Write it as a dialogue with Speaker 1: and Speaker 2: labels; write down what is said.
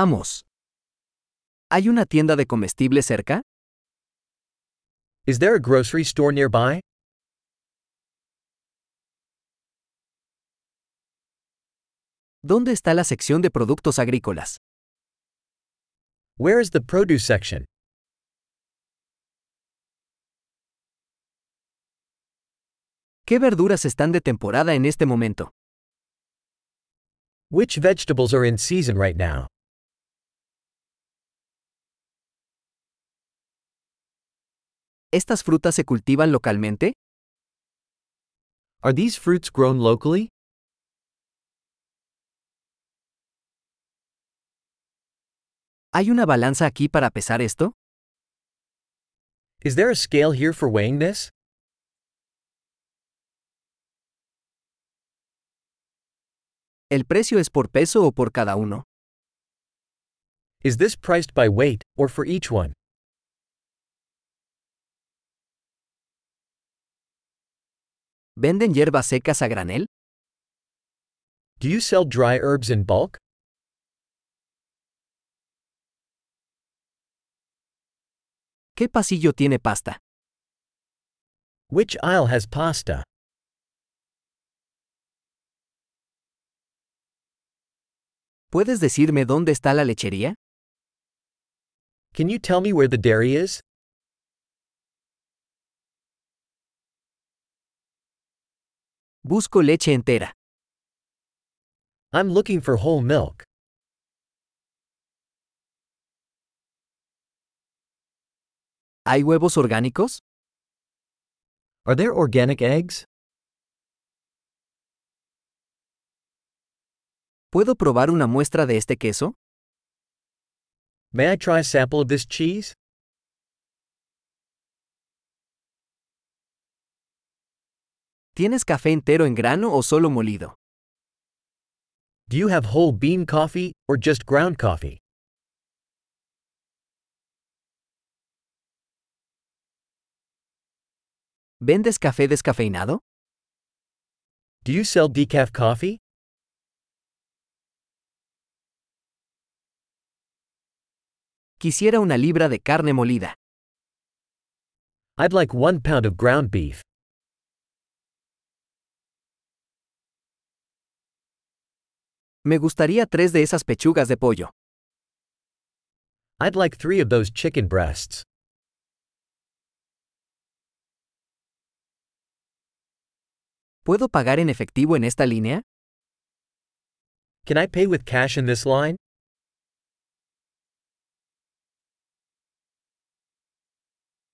Speaker 1: Vamos. ¿Hay una tienda de comestibles cerca?
Speaker 2: Is there a grocery store nearby?
Speaker 1: ¿Dónde está la sección de productos agrícolas?
Speaker 2: Where is the produce section?
Speaker 1: ¿Qué verduras están de temporada en este momento?
Speaker 2: Which vegetables are in season right now?
Speaker 1: ¿Estas frutas se cultivan localmente?
Speaker 2: Are these fruits grown locally?
Speaker 1: ¿Hay una balanza aquí para pesar esto?
Speaker 2: Is there a scale here for weighing this?
Speaker 1: ¿El precio es por peso o por cada uno?
Speaker 2: Is this priced by weight, or for each one?
Speaker 1: ¿Venden hierbas secas a granel?
Speaker 2: Do you sell dry herbs in bulk?
Speaker 1: ¿Qué pasillo tiene pasta?
Speaker 2: Which aisle has pasta?
Speaker 1: ¿Puedes decirme dónde está la lechería?
Speaker 2: Can you tell me where the dairy is?
Speaker 1: Busco leche entera.
Speaker 2: I'm looking for whole milk.
Speaker 1: ¿Hay huevos orgánicos?
Speaker 2: Are there organic eggs?
Speaker 1: ¿Puedo probar una muestra de este queso?
Speaker 2: May I try a sample of this cheese?
Speaker 1: ¿Tienes café entero en grano o solo molido?
Speaker 2: Do you have whole bean coffee, or just ground coffee?
Speaker 1: ¿Vendes café descafeinado?
Speaker 2: Do you sell decaf coffee?
Speaker 1: Quisiera una libra de carne molida.
Speaker 2: I'd like one pound of ground beef.
Speaker 1: Me gustaría tres de esas pechugas de pollo.
Speaker 2: I'd like three of those chicken breasts.
Speaker 1: ¿Puedo pagar en efectivo en esta línea?
Speaker 2: Can I pay with cash in this line?